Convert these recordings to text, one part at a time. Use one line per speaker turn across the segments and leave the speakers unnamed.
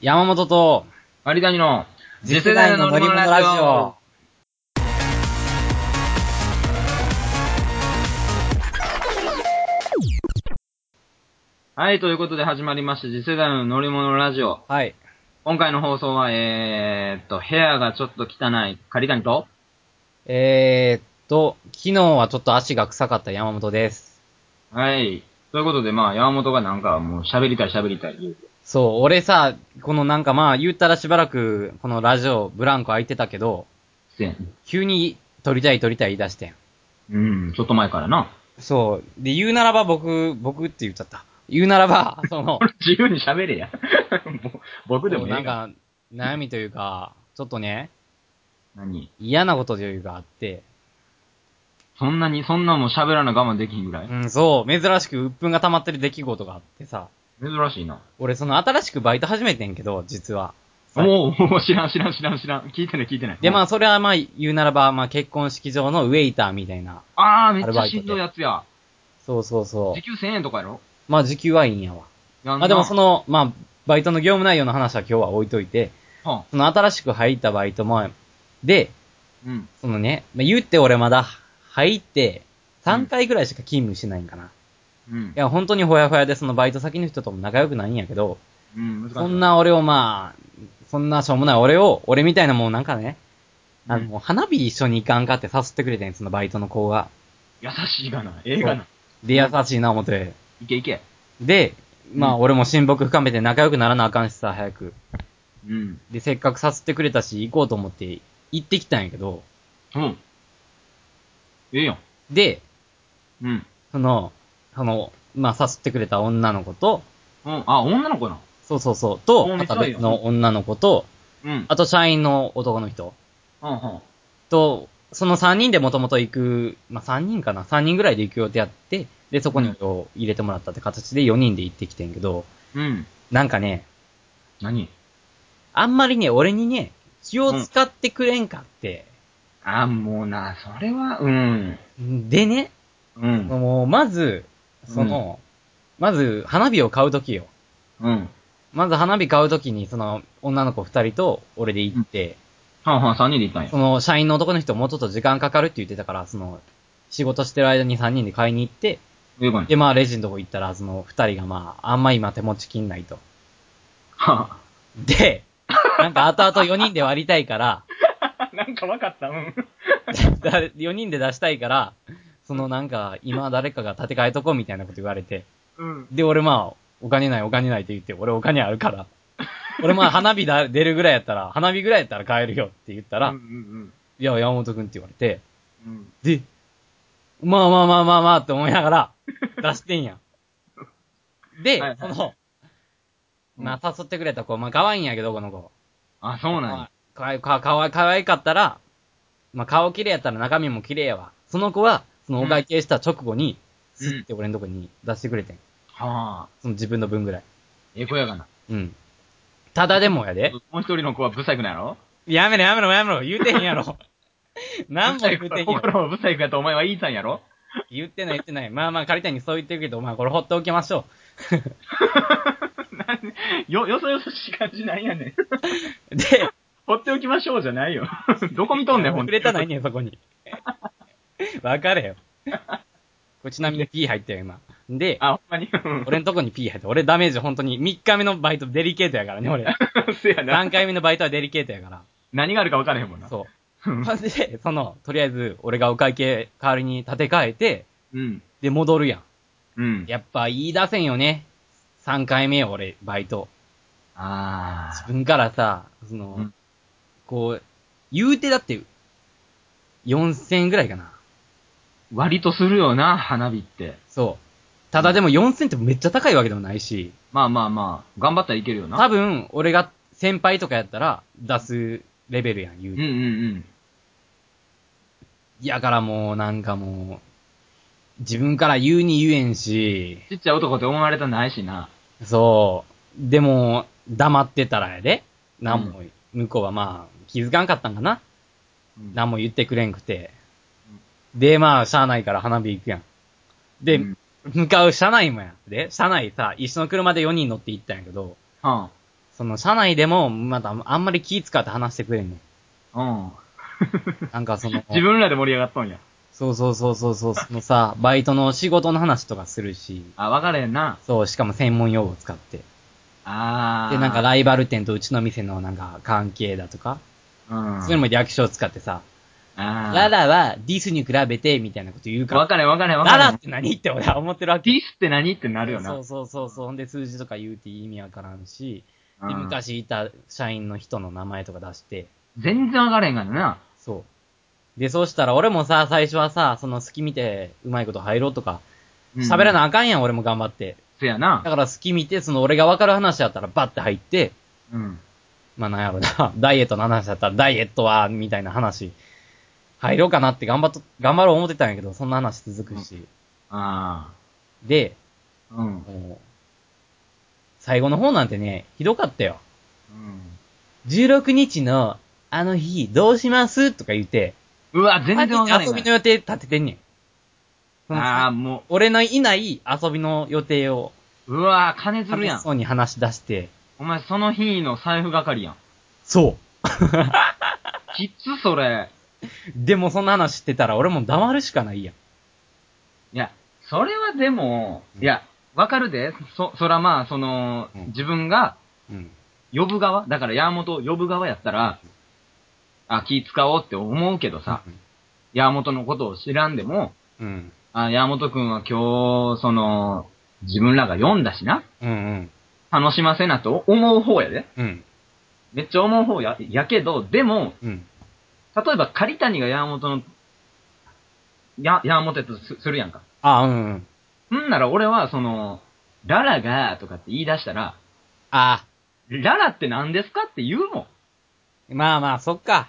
山本と、
有谷の、
次世代の乗り物ラジオ。
はい、ということで始まりました、次世代の乗り物ラジオ。
はい。
今回の放送は、えーっと、部屋がちょっと汚い、仮谷と、
えー、っと、昨日はちょっと足が臭かった山本です。
はい。ということで、まあ、山本がなんかもう喋りたい喋りたい言うて。
そう、俺さ、このなんかまあ言ったらしばらく、このラジオブランコ空いてたけど、
せやん
急に撮りたい撮りたい言い出してん。
うん、ちょっと前からな。
そう。で、言うならば僕、僕って言っちゃった。言うなら ば、その
こ、れ自由に喋れや。 もう僕でもね
なんか、悩みというか、ちょっとね、
何
嫌なことというかあって、
そんなに、そんなもう喋らな我慢できひんぐらい、
うん、そう、珍しく鬱憤が溜まってる出来事があってさ、
珍しいな。
俺その新しくバイト始めてんけど、実は。はい
おーおー知らん知らん知らん知らん。聞いてない聞いてない。
で、まあ、それはまあ、言うならば、まあ、結婚式場のウェイターみたいな。
あ、あーめっちゃしんどいやつや。
そうそうそ
時給1000円とかやろ
う。まあ、時給はいいんやわ。
やん
まあ、でもそ、の、まあ、バイトの業務内容の話は今日は置いといて、
は
その新しく入ったバイトも、で、
うん。
そのね、まあ、言って俺まだ、入って、3回ぐらいしか勤務してないんかな。い
うん。
や、本当にほやほやで、そのバイト先の人とも仲良くないんやけど、
うん、難しい。
そん、な俺をまあ、そんなしょうもない俺を、俺みたいなもうなんかね、あの、
うん
もう花火一緒に行かんかって誘ってくれてん、そのバイトの子が。
優しいがな。ええがな。
で、優しいな思って。
いけいけ。
で、まあ、
うん
俺も親睦深めて仲良くならなあかんしさ、早く。
うん。
で、せっかく誘ってくれたし、行こうと思って、行ってきたんやけど、
うん。ええやん。
で、
うん。
その、その、まあ、誘ってくれた女の子と、
うん。あ、女の子な。
そうそうそう、
お
と、
ー
また
めっちゃい
別
いやん
の女の子と、
うん。
あと社員の男の人
うん、うん。
と、その3人でもともと行く、まあ、3人かな ?3 人ぐらいで行く予定やって、で、そこにを入れてもらったって形で4人で行ってきてんけど、
うん。
なんかね、
何
あんまりね、俺にね、気を使ってくれんかって、
あ、もうな、それは、うん。
でね、
うん。
もう、まず、その、まず、花火を買うときよ。
うん。
まず花火買うときに、その、女の子二人と俺で行って、
はんはん、3人で行ったんや
そ。の、社員の男の人もうちょっと時間かかるって言ってたから、その、仕事してる間に三人で買いに行って、
ええがな。
で、まあ、レジのとこ行ったら、その、二人がまあ、あんま今手持ちきんないと。
は
で、なんか後々四人で割りたいから、
あ なんかわかった。うん。
4人で出したいから、そのなんか、今誰かが建て替えとこうみたいなこと言われて、
うん。
で、俺まあ、お金ないお金ないって言って、俺お金あるから。俺まあ花火だ出るぐらいやったら、花火ぐらいやったら買えるよって言ったら、
うん
い
うん
や、山本くんって言われて、
うん。うん。
で、まあまあまあまあまあって思いな がら、出してんやん。で、
はいはい
その、
うん
まあ誘ってくれた子、まあ可愛いんやけど、この子。
あ、そうなん
ま
や
あ。かわいかかわい、かわいかったら、まあ顔綺麗やったら中身も綺麗やわ。その子は、そのお会計した直後に、
うん
スッて俺のとこに出してくれてん。
はあ。
その自分の分ぐらい。
ええ子やがな。
うん。ただでもやで。
もう一人の子はブサイクなんやろ
やめろやめろやめろ、言うてへんや ろ。何本言うてへんやろ。
心もブサイクやとお前は言いたんやろ
言ってない言ってない。まあまあ、仮にそう言ってるけど、まあこれほっておきましょ
よ、よそよそしい感じなんやねん。
う。で、
放っておきましょうじゃないよ。 どこ見とんねん、ほん
触れたないねん、そこ に。わかれよ。これちなみに P 入ったよ、今。で、
あ、ほんまに。うん
俺のとこに P 入った。俺ダメージ本当に3日目のバイトデリケートやからね、俺。
せやな。
3回目のバイトはデリケートやから。
何があるか分からへんもんな。
そうう。
ん
ほんで、その、とりあえず、俺がお会計代わりに立て替えて、
うん。
で、戻るやん。
うん。
やっぱ言い出せんよね。3回目よ、俺、バイト。
あ
自分からさ、その、
うん
こう、言うてだって、4000円ぐらいかな。
ー。割とするよな、花火って。
そう。ただでも4000ってめっちゃ高いわけでもないし、
まあまあまあ、頑張ったらいけるよな。
多分、俺が先輩とかやったら出すレベルやん、言う
う
て
んうんうん。
いやからもう、なんかもう、自分から言うに言えんし、
ちっちゃい男って思われたないしな。
そう。でも、黙ってたらやで。なんも、向こうはまあ、気づかんかったんかな。
うん
何も言ってくれんくて。で、まあ、車内から花火行くやん。で、
うん
向かう車内もやん。で、車内さ、一緒の車で4人乗って行ったんやけど、
は
その、社内でも、また、あんまり気使って話してくれ んね
うん。、
ん。なんかその
自分らで盛り上がっとんや。
そうそうそうそうそう、そのさ、バイトの仕事の話とかするし、
あ、分かれへんな。
そう、しかも専門用語使って。
あー。
で、なんかライバル店とうちの店のなんか関係だとか、
うん。
そういうのも略称使ってさ、
あー。
ララはディスに比べてみたいなこと言うから、
分かれん分かれん分か
ラ
れ
ラ
ん
って。何って俺は思ってるわけ
デ。ィスって何ってなるよな。
そうそうそうそう。ほんで数字とか言うて意味わからんし、
う
で
ん
昔いた社員の人の名前とか出して、
全然分かれへんからな。
そう。で、そうしたら俺もさ、最初はさ、その好き見てうまいこと入ろうとか、
うん
喋らなあかんやん、俺も頑張って。
せやな。
だから好き見て、その俺がわかる話やったらバッて入って、
うん。
まあなんやろな、 ダイエットの話だったら、ダイエットは、みたいな話、入ろうかなって頑張っと、頑張ろう思ってたんやけど、そんな話続くし。
あ
で、
ー。うん。
もう、最後の方なんてね、ひどかったよ。
うん
16日の、あの日、どうしますとか言って、
うわ、全然分かれへ
遊
ん
び
か
の予定立ててんねん。その
ら。あー、も
俺のいない遊びの予定を、
う。うわ、金ずる
楽し
やん。
そうに話し出して、
お前、その日の財布係やん。
そう。
きつ、それ。
でもそんな話してたら、俺も黙るしかないやん。
いや、それはでも、
うん
いや、わかるで。そ、そらまあ、その、
うん
自分が
うん。
呼ぶ側、だから山本を呼ぶ側やったら、あ、気使おうって思うけどさ、山本のことを知らんでも、
うん。
あ、山本くんは今日、その、自分らが読んだしな、
うんうん。
楽しませなと思う方やで。
うん。
めっちゃ思う方や、やけど、でも、
うん。
例えば、狩谷が山本の、や、山本やとすするやんか。
あ、うん、うん。
んなら俺は、その、ララが、とかって言い出したら、
あ、
ララって何ですかって言うもん。
まあまあ、そっか。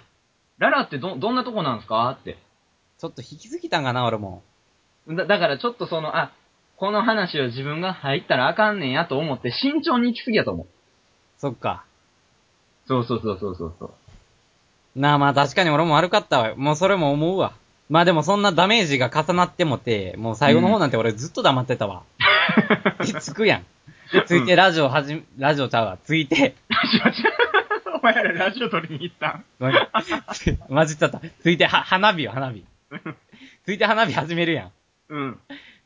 ララってど、どんなとこなんすかって。
ちょっと引きすぎたんかな、俺も。
だ、だからちょっとその、あ、この話は自分が入ったらあかんねんやと思って慎重に行き過ぎやと思う。
そっか。
そうそうそうそうそうそう。
なあまあ、確かに俺も悪かったわ。もうそれも思うわ。まあでもそんなダメージが重なってもて、もう最後の方なんて俺ずっと黙ってた わ。きつくやん。で、ついてラジオはじ、ラジオちゃうわ。ついて、
お前らラジオ撮りに行ったん
ごめん。つ 混じっちゃった。ついては、花火よ、花火。ついて花火始めるやん。
うん。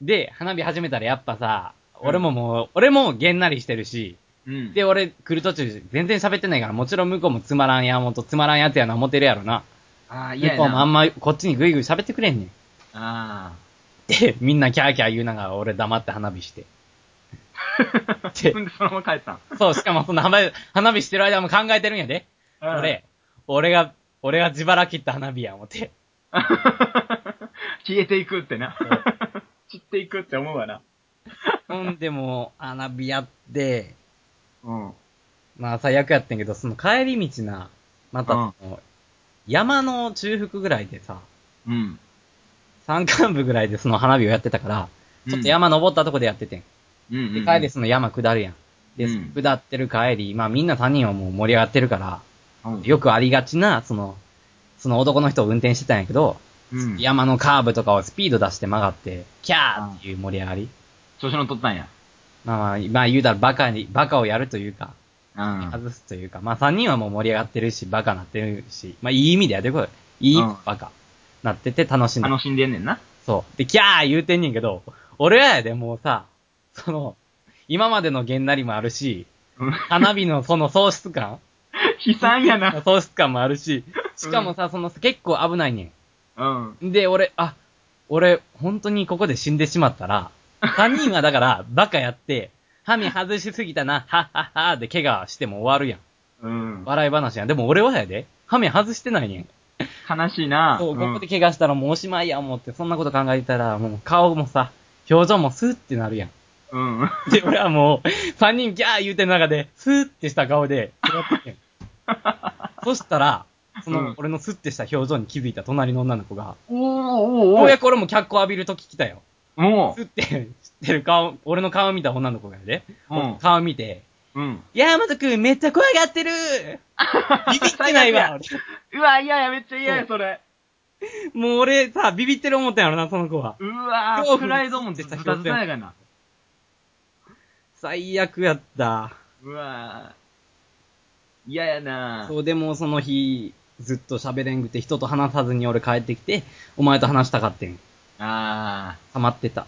で、花火始めたらやっぱさ、俺ももう、俺もげんなりしてるし、
うん。
で、俺来る途中全然喋ってないから、もちろん向こうもつまらんやもとつまらんやつやな思ってるやろな。
ああ、い
向
やや
こうもあ
な。
んまこっちにグイグイ喋ってくれんねん。
あ
で、みんなキャーキャー言うながら俺黙って花火して。
あ。
で
ほんで、そのまま帰ったん。
そう、しかもその花火花火してる間も考えてるんやで。
うん
俺、俺が、俺が自腹切った花火や思って。
消えていくってな。散っていくって思うわな。
ほんでもう、花火やって、
うん。
まあ最悪やってんけど、その帰り道な、また
うん
その、山の中腹ぐらいでさ、
うん。
山間部ぐらいでその花火をやってたから、ちょっと山登ったとこでやっててん。
うんうん。
で、帰りその山下るやん。で
うん、
下ってる帰り、まあみんな3人はもう盛り上がってるから、
うん。
よくありがちな、その、その男の人を運転してたんやけど、
うん。
山のカーブとかをスピード出して曲がって、キャーっていう盛り上がり。
調子乗っとったんや。
まあまあ、まあ言うたらバカに、バカをやるというか、
うん。
外すというか、まあ3人はもう盛り上がってるし、バカなってるし、まあいい意味でやでこれ。いい、
うん
バカ。なってて楽しんで
楽しんでんねんな。
そう。で、キャー言うてんねんけど、俺らやでもうさ、その、今までのげんなりもあるし、
うん
花火のその喪失 感
悲惨やな。
喪失感もあるし、しかもさ、その結構危ないねん。
うん。
で、俺、あ、俺、本当にここで死んでしまったら、3人はだから、バカやって、ハミ外しすぎたな、はっはっはで怪我しても終わるやん。
うん。
笑い話やん。でも俺はやで、ハミ外してないねん。
悲しいな。
そう、ここ
ん
で怪我したらもうおしまいや思って、そんなこと考えてたら、もう顔もさ、表情もスーってなる やん。
うん。
で、俺はもう、3人ギャー言うてる中で、スーってした顔で、座ってて んそしたら、そうの
ん、
俺のスッてした表情に気づいた隣の女の子が、
おお
よ
お
う
ー
やく俺も脚光浴びるとき来たよ。
も
つって、知ってる顔、俺の顔見た女の子がね、
う、うん。
顔見て、
うん。
山本くんめっちゃ怖がって るビビってないわ
うわ、嫌や、めっちゃ嫌や、それ。
もう俺さ、ビビってる思ったんやろな、その子は。
うわ
恐怖
ー、プライドもズタズタやがな。
最悪やった。
うわ嫌やな
そう、でもその日、ずっと喋れんくて、人と話さずに俺帰ってきて、お前と話したかってん。
ああ
ハマってた。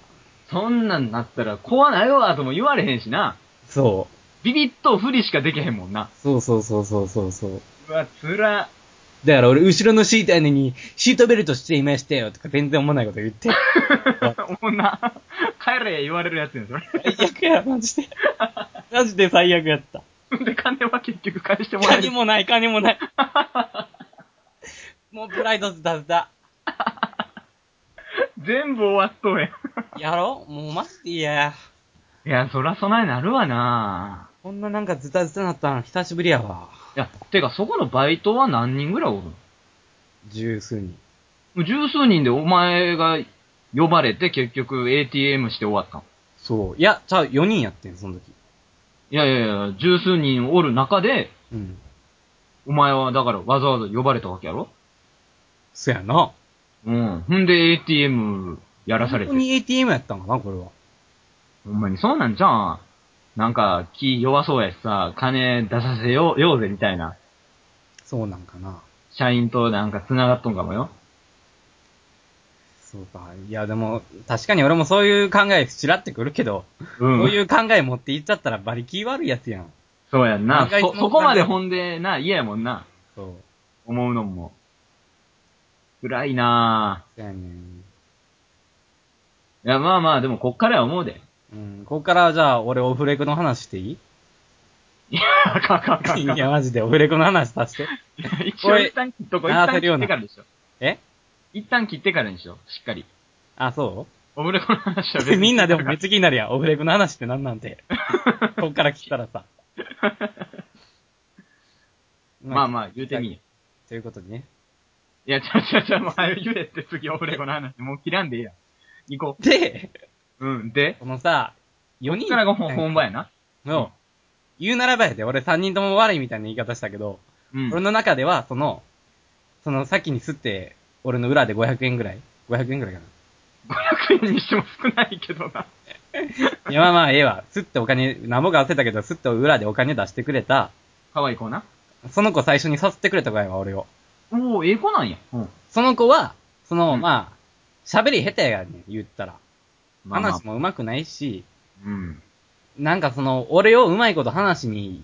そんなんなったら、怖ないわとも言われへんしな。
そう。
ビビッと振りしかできへんもんな。
そうそうそうそうそうそう。
うわ、つら。
だから俺、後ろのシートやのに、シートベルトしていましたよとか全然思わないこと言って。
女、 帰れ言われるやつやん、それ。
最悪や、マジで。マジで最悪やった。
で、金は結局返してもらえ
金
る。
もない、金も ない。もうプライドずたずた。
全部終わっとうやん。
やろもうマジで嫌や。
いや、そらそないなるわな
こんななんかズタズタなったの久しぶりやわ。
いや、てか、そこのバイトは何人ぐらいおるの
十数人。
もう十数人でお前が呼ばれて結局 ATM して終わったの。
そう。いや、ちゃう、4人やってん、その時。
いやいやいや、十数人おる中で、
うん。
お前はだからわざわざ呼ばれたわけやろ
そやな。
うん。ほんで ATM やらされ
本当。
て
に ATM やったんかな、これは。
ほんまにそうなんじゃうん。なんか、気弱そうやしさ、金出させよう、ようぜみたいな。
そうなんかな。
社員となんか繋がっとんかもよ。
そうか。いや、でも、確かに俺もそういう考えちらってくるけど、
うん。
そういう考え持っていっちゃったら馬力悪いやつやん。
そうやんな
考え。
そ、
も
そこまでほんでな、嫌やもんな。
そう。
思うのも。暗いな
そやねん。
ぁ。いや、まあまあ、でもこっからは思うで。
うん。ここからじゃあ、俺オフレコの話して いい
あかんあかんあかんあかん
いや、マジでオフレコの話させて。
一
こ
応
れ
一旦切っとこう。一
あー
旦
それ
切
よう
って
な
からでしょ。
え
一旦切ってからにしよう。しっかり。
あ、そ
オブレコの話は別
う みんなでも
め
めっちゃ気になるやん。オフレコの話ってなんなん て。こっから聞いたらさ。
まあまあ、言うてみい。
ということでね。
いや、ちゃうちゃうちゃう、もう早く言えって次オブレコの話。もう切らんでいいやん。行こ
で、
う。うん、で、
このさ、4
こ
人。
っからがほん本番やな。
の、
うん
言うならばやで、俺3人とも悪いみたいな言い方したけど、
うん。
俺の中では、その、その先に吸って、俺の裏で500円ぐらい ?500 円ぐらいか
500円にしても少ないけどな。
な。いや、まあまあ、ええわ。吸ってお金、なんぼか忘れたけど、吸って裏でお金出してくれた、
可愛い子な。
その子最初に誘ってくれた子やわ、俺を。
おー、ええ子なんや。うん。
その子は、その、
うん
まあ、喋り下手やねん、言ったら。
まあまあ
話も上手くないし、
うん。
なんかその、俺をうまいこと話に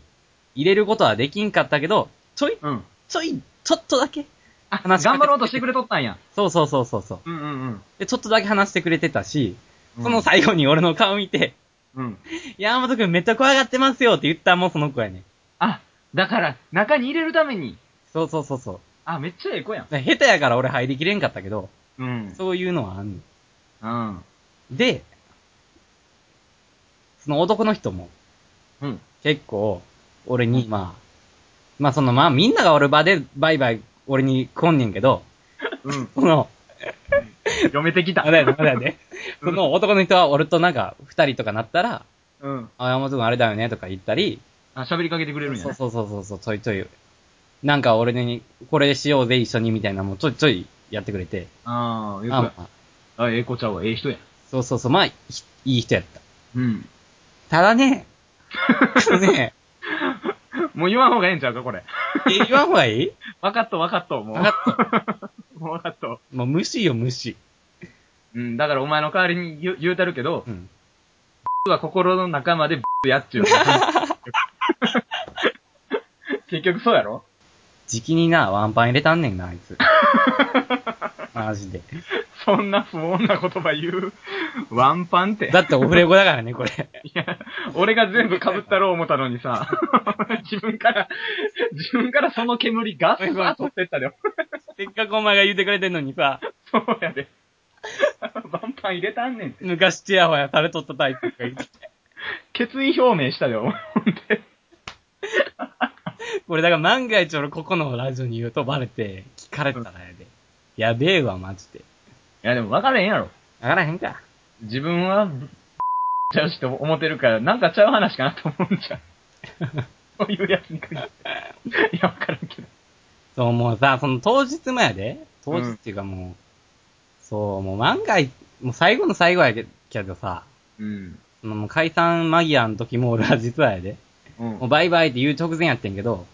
入れることはできんかったけど、ちょい、
うん。
ちょい、ちょっとだけ。
あ、
話しかけ
頑張ろうとしてくれとったんや。
そうそうそうそうそう。
うんうんうん。
で、ちょっとだけ話してくれてたし、
うん
その最後に俺の顔見て、
うん。
山本くんめっちゃ怖がってますよって言ったもんその子やねん。
あ、だから、中に入れるために。
そうそうそうそう。
あ、めっちゃええ子やん。
だから下手やから俺入りきれんかったけど、
うん。う。
そういうのはあんね
うん。
ん。で、その男の人も
うん。
結構、俺に、まあ、まあそのまあみんなが俺場でバイバイ俺に来んねんけど、
うん。
その、
読めてきた。
まだやで、まだやで。その男の人は俺となんか二人とかなったら、
うん。
あ、山本くんあれだよねとか言ったり、
あ、喋りかけてくれるんや
そう
ね。
そうそうそうそう、ちょいちょい。なんか俺に、これしようぜ、一緒に、みたいなのもちょいちょいやってくれて。
ああ、よく
あ
や。
まあ
あ、ええ子ちゃうわ。ええ人や。
そうそうそう、まあ、いいい人やった。
うん。
ただ ね、これね、
もう言わん方がええんちゃうか、これ。
え、言わんほうが いい
わかっとうわかっとう、もう。
分かった。
もうわかっと
もう無視よ、無視。
う。うん、だからお前の代わりに言う言うたるけど
う、ん。
僕は心の中までブッやっちゅう。 結局そうやろ
じきにな、ワンパン入れたんねんな、あい つ。マジで。
そんな不穏な言葉言う。ワンパンって
だ。ってオフレコだからね、 これ。
いや、俺が全部被ったろう思ったのにさ、 自分から、自分からその煙ガッと取ってったで。
せっかくお前が言うてくれてんのにさ、
そうやで。バンパン入れたんねんって。
抜かしチヤホヤされとったタイプが言って。
決意表明したで、お前ほんで。
これだから万が一俺ここのラジオに言うとバレて、聞かれたらやで。やべえわ、マジで。
いや、でも分からへんやろ。
わからへんか。
自分は、ちゃうしと思ってるから、なんかちゃう話かなと思うん じゃん。そういうやつに限って。いや、分からんけど。
そう、もうさ、その当日もやで。当日っていうかもう、そう、もう万が一、もう最後の最後やけどさ、
うん。
そのもう解散間際の時も俺は実はやで。
うん
もうバイバイって言う直前やってんけど、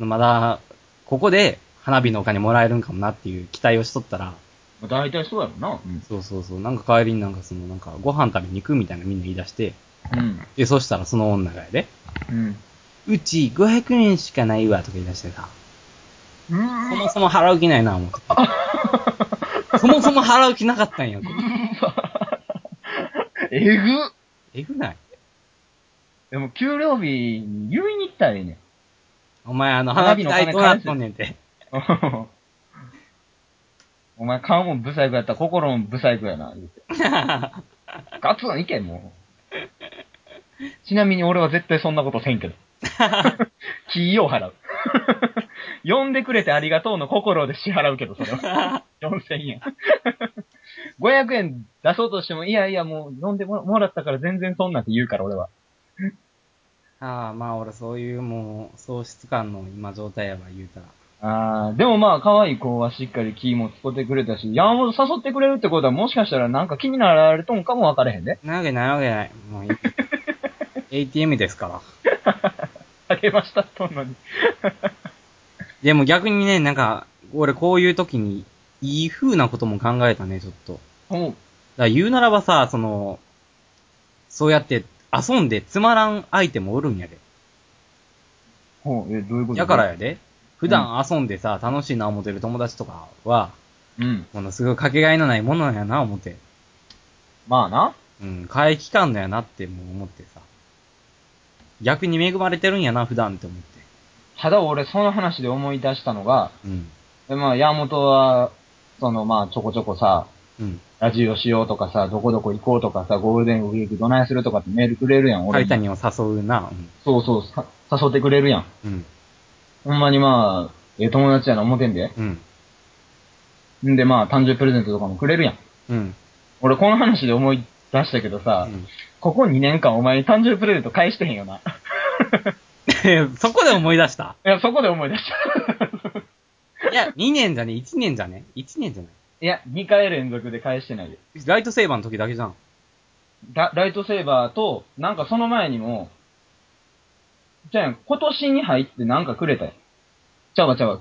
うん。
まだ、ここで花火のお金もらえるんかもなっていう期待をしとったら、
まあ、大体そうやろな。うん。
そうそうそう、なんか帰りになんかその、なんかご飯食べに行くみたいなみんな言い出して、
うん。
で、そしたらその女がやで、
うん。
うち500円しかないわとか言い出してさ、
う
そ
ん。
もそも払う気ないな思って。そもそも払う気なかったんや。これ
えぐ
えぐない
でも、給料日に言いに行ったらええねん。
お前あの、花火代どうなっとんねんて。
お前顔もブサイクやったら心もブサイクやな、言うて。ガツンいけ、もう。ちなみに俺は絶対そんなことせ んけど。気を払う。呼んでくれてありがとうの心で支払うけど、それ は。4000円。500円出そうとしても、いやいや、もう呼んでもらもらったから全然そんなんって言うから、俺は。
ああ、まあ俺そういうもう、喪失感の今状態やわ、言うたら。
ああ、でもまあ、可愛い子はしっかり気も使ってくれたし、山本誘ってくれるってことは、もしかしたらなんか気になられとんかもわからへんで。
なわけないわけない。もういい。ATM ですから。
あげましたとんのに。
でも逆にね、なんか、俺こういう時に、いい風なことも考えたね、ちょっと。
も
だから言うならばさ、その、そうやって遊んでつまらん相手もおるんやで。
う、ほう、え、どういうこと
やからや。で。普段遊んでさ、楽しいな思ってる友達とかは、
うん。
ものすごいかけがえのないものなんやな思って。
まあな。
うん、替え期間だよなってもう思ってさ。逆に恵まれてるんやな、普段って思って。
ただ俺、その話で思い出したのが、
うん。
えまあ、山本は、その、まあ、ちょこちょこさ、
うん。
ラジオしようとかさ、どこどこ行こうとかさ、ゴールデンウィークどないするとかってメールくれるやん、
カ
俺に。
イタニを誘うな。
そうそう、さ誘ってくれるやん。
うん。うん。
ほんまにまあ、ええ友達やな思てんで。
うん。
んでまあ、誕生日プレゼントとかもくれるやん。
うん。
俺この話で思い出したけどさ、ここ2年間お前に誕生日プレゼント返してへんよな。
うん、 そこで思い出した
いや、そこで思い出した。
いや、2年じゃね、1年じゃね。1年じゃない
や、2回連続で返してないよ。
い。ライトセーバーの時だけじゃん。
ラライトセーバーと、なんかその前にも、じゃあ今年に入ってなんかくれたよ。ちゃうわちゃうわ。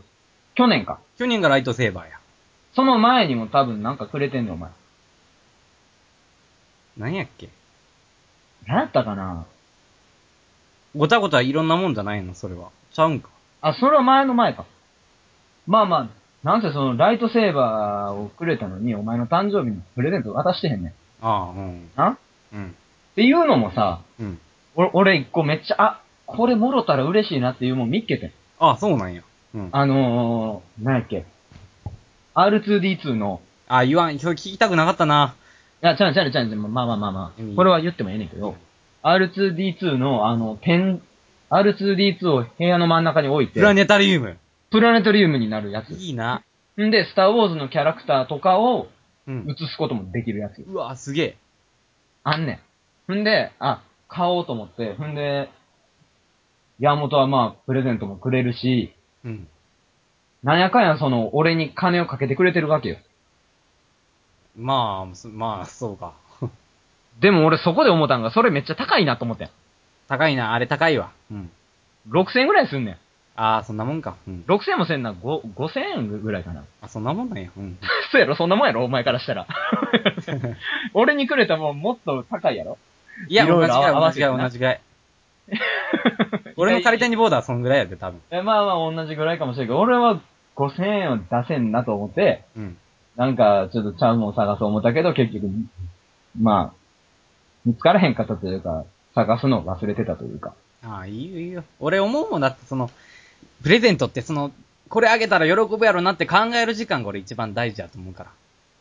去年か。
去年がライトセーバーや。
その前にも多分なんかくれてんのお前。
何やっけ
何やったかな
ごたごたいろんなもんじゃないの、それは。ちゃうんか。
あ、それは前の前か。まあまあ、なんせそのライトセーバーをくれたのに、お前の誕生日のプレゼント渡してへんねん。
ああ、うん。
なっ
うん。
ていうのもさ、
うん。
俺、俺一個めっちゃ、あ、これもろたら嬉しいなっていうもん見っけてん。
ああ、そうなんや。うん。あ
あのー、なんやっけ。R2D2 の、
あ、言わん。今日聞きたくなかったな。
いや、ちゃうちゃうちゃうちゃう、まあまあまあま
うん
あ、これは言ってもええねんけど、R2D2 の、あの、ペン、R2D2 を部屋の真ん中に置いて、
プラネタリウム。
プラネトリウムになるやつ。
いいな。
んで、スターウォーズのキャラクターとかを
う
映
ん。
すこともできるやつ。
うわ、すげえ。
あんねん。んで、あ、買おうと思って、んで、山本はまあ、プレゼントもくれるし、
うん。
なんやかんやその、俺に金をかけてくれてるわけよ。
まあ、そまあ、そうか。
でも俺そこで思ったんが、それめっちゃ高いなと思ってん。
高いな、あれ高いわ。うん。
6000円ぐらいすんねん。
ああ、そんなもんか。うん。
6000円もせんな、ご5000円ぐらいかな。
あ、そんなもんなんや。うん。
そうやろそんなもんやろお前から したら。俺にくれたもんもっと高いやろ
いや、
いろ
同
い
じ
ろ
ぐらい、
合
同
わ
じ
せ
ぐら、
てない
同じぐらい。 俺の借りたにボーダーはそんぐらいやで、多分。
え、まあまあ同じぐらいかもしれんけど、俺は5000円を出せんなと思って、
うん。
なんかちょっとチャームを探そう思ったけど、結局、まあ、見つからへんかったというか、探すのを忘れてたというか。
ああ、いいよ、いいよ。俺思うもんだって、その、プレゼントって、その、これあげたら喜ぶやろなって考える時間が俺一番大事だと思うか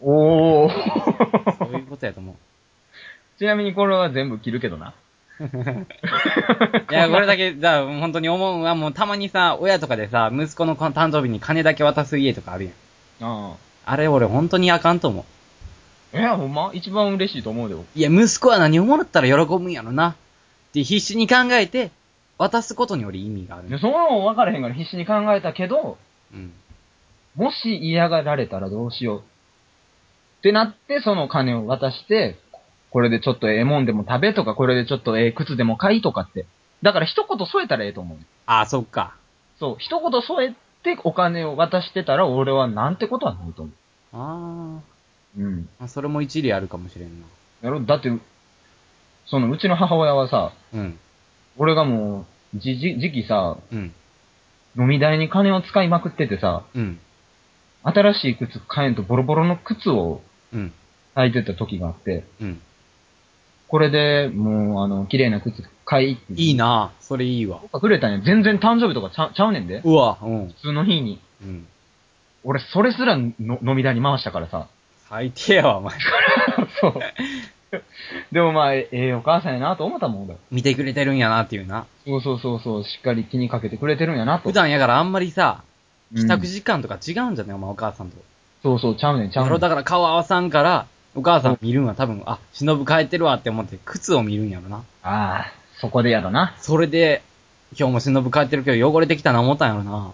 おお。
ら。そういうことやと思う。
ちなみにこれは全部切るけどな。
いや、これだけ、じゃあ、本当に思うのは、もうたまにさ、親とかでさ、息子の誕生日に金だけ渡す家とかあるやん。
ああ。
あれ俺本当にあかんと思う。
え、ほんま一番嬉しいと思うよ。
いや、息子は何をもらったら喜ぶんやろな。って必死に考えて、渡すことにより意味がある。
でそんなもん分からへんから必死に考えたけど、
うん。
もし嫌がられたらどうしよう。ってなって、その金を渡して、これでちょっとええもんでも食べとか、これでちょっとええ靴でも買いとかって。だから一言添えたらええと思う。
ああ、そっか。
そう、一言添えてお金を渡してたら俺はなんてことはないと思
あ
う。うん。
あ。それも一理あるかもしれんな。
やろだって、そのうちの母親はさ、
うん。
俺がもう、じ、じ、時期さ、
うん。
飲み代に金を使いまくっててさ、
うん。
新しい靴買えんとボロボロの靴を
うん。
履いてた時があって、
うん。
これでもう、あの、綺麗な靴買いって。
いい。なそれいいわ。
くれたんや。全然誕生日とかちゃちゃうねんで。
うわ、うん。
普通の日に。
うん。
俺、それすらの飲み代に回したからさ。
最低やわ、お前。
そう。でもまあ、ええお母さんやなと思ったもんだ。
見てくれてるんやなっていうな。
そうそうそうそう、しっかり気にかけてくれてるんやなと。
普段やからあんまりさ、
うん
帰宅時間とか違うんじゃね、お前お母さんと。
そうそう、ちゃうねん、ちゃ
や
うね
ろ
ん。
だから顔合わさんから、お母さん見るんは多分、あ、忍帰ってるわって思って、靴を見るんやろな。
ああ、そこでやだな。
それで、今日も忍帰ってるけど汚れてきたな思ったんやろな。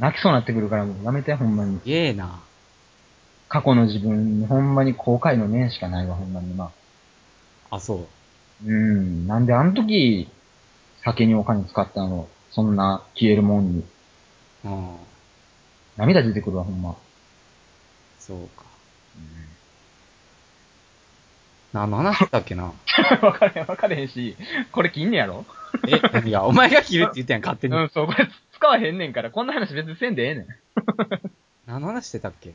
泣きそうになってくるからもうやめて、ほんまに。
すげえな。
過去の自分にほんまに後悔の念しかないわ、ほんまに今。
あ、そう。
うん、なんであの時、酒にお金使ったの、そんな消えるもんに。
うん。
涙出てくるわ、ほんま。
そうか。何の話だっけな。
わかれへん、わ かれへんし、これ切んねやろ
え、何が、お前が切るって言ったやん、勝手
う
に。
ん、そう、これ使わへんねんから、こんな話別にせんでええねん。
何の話してたっけ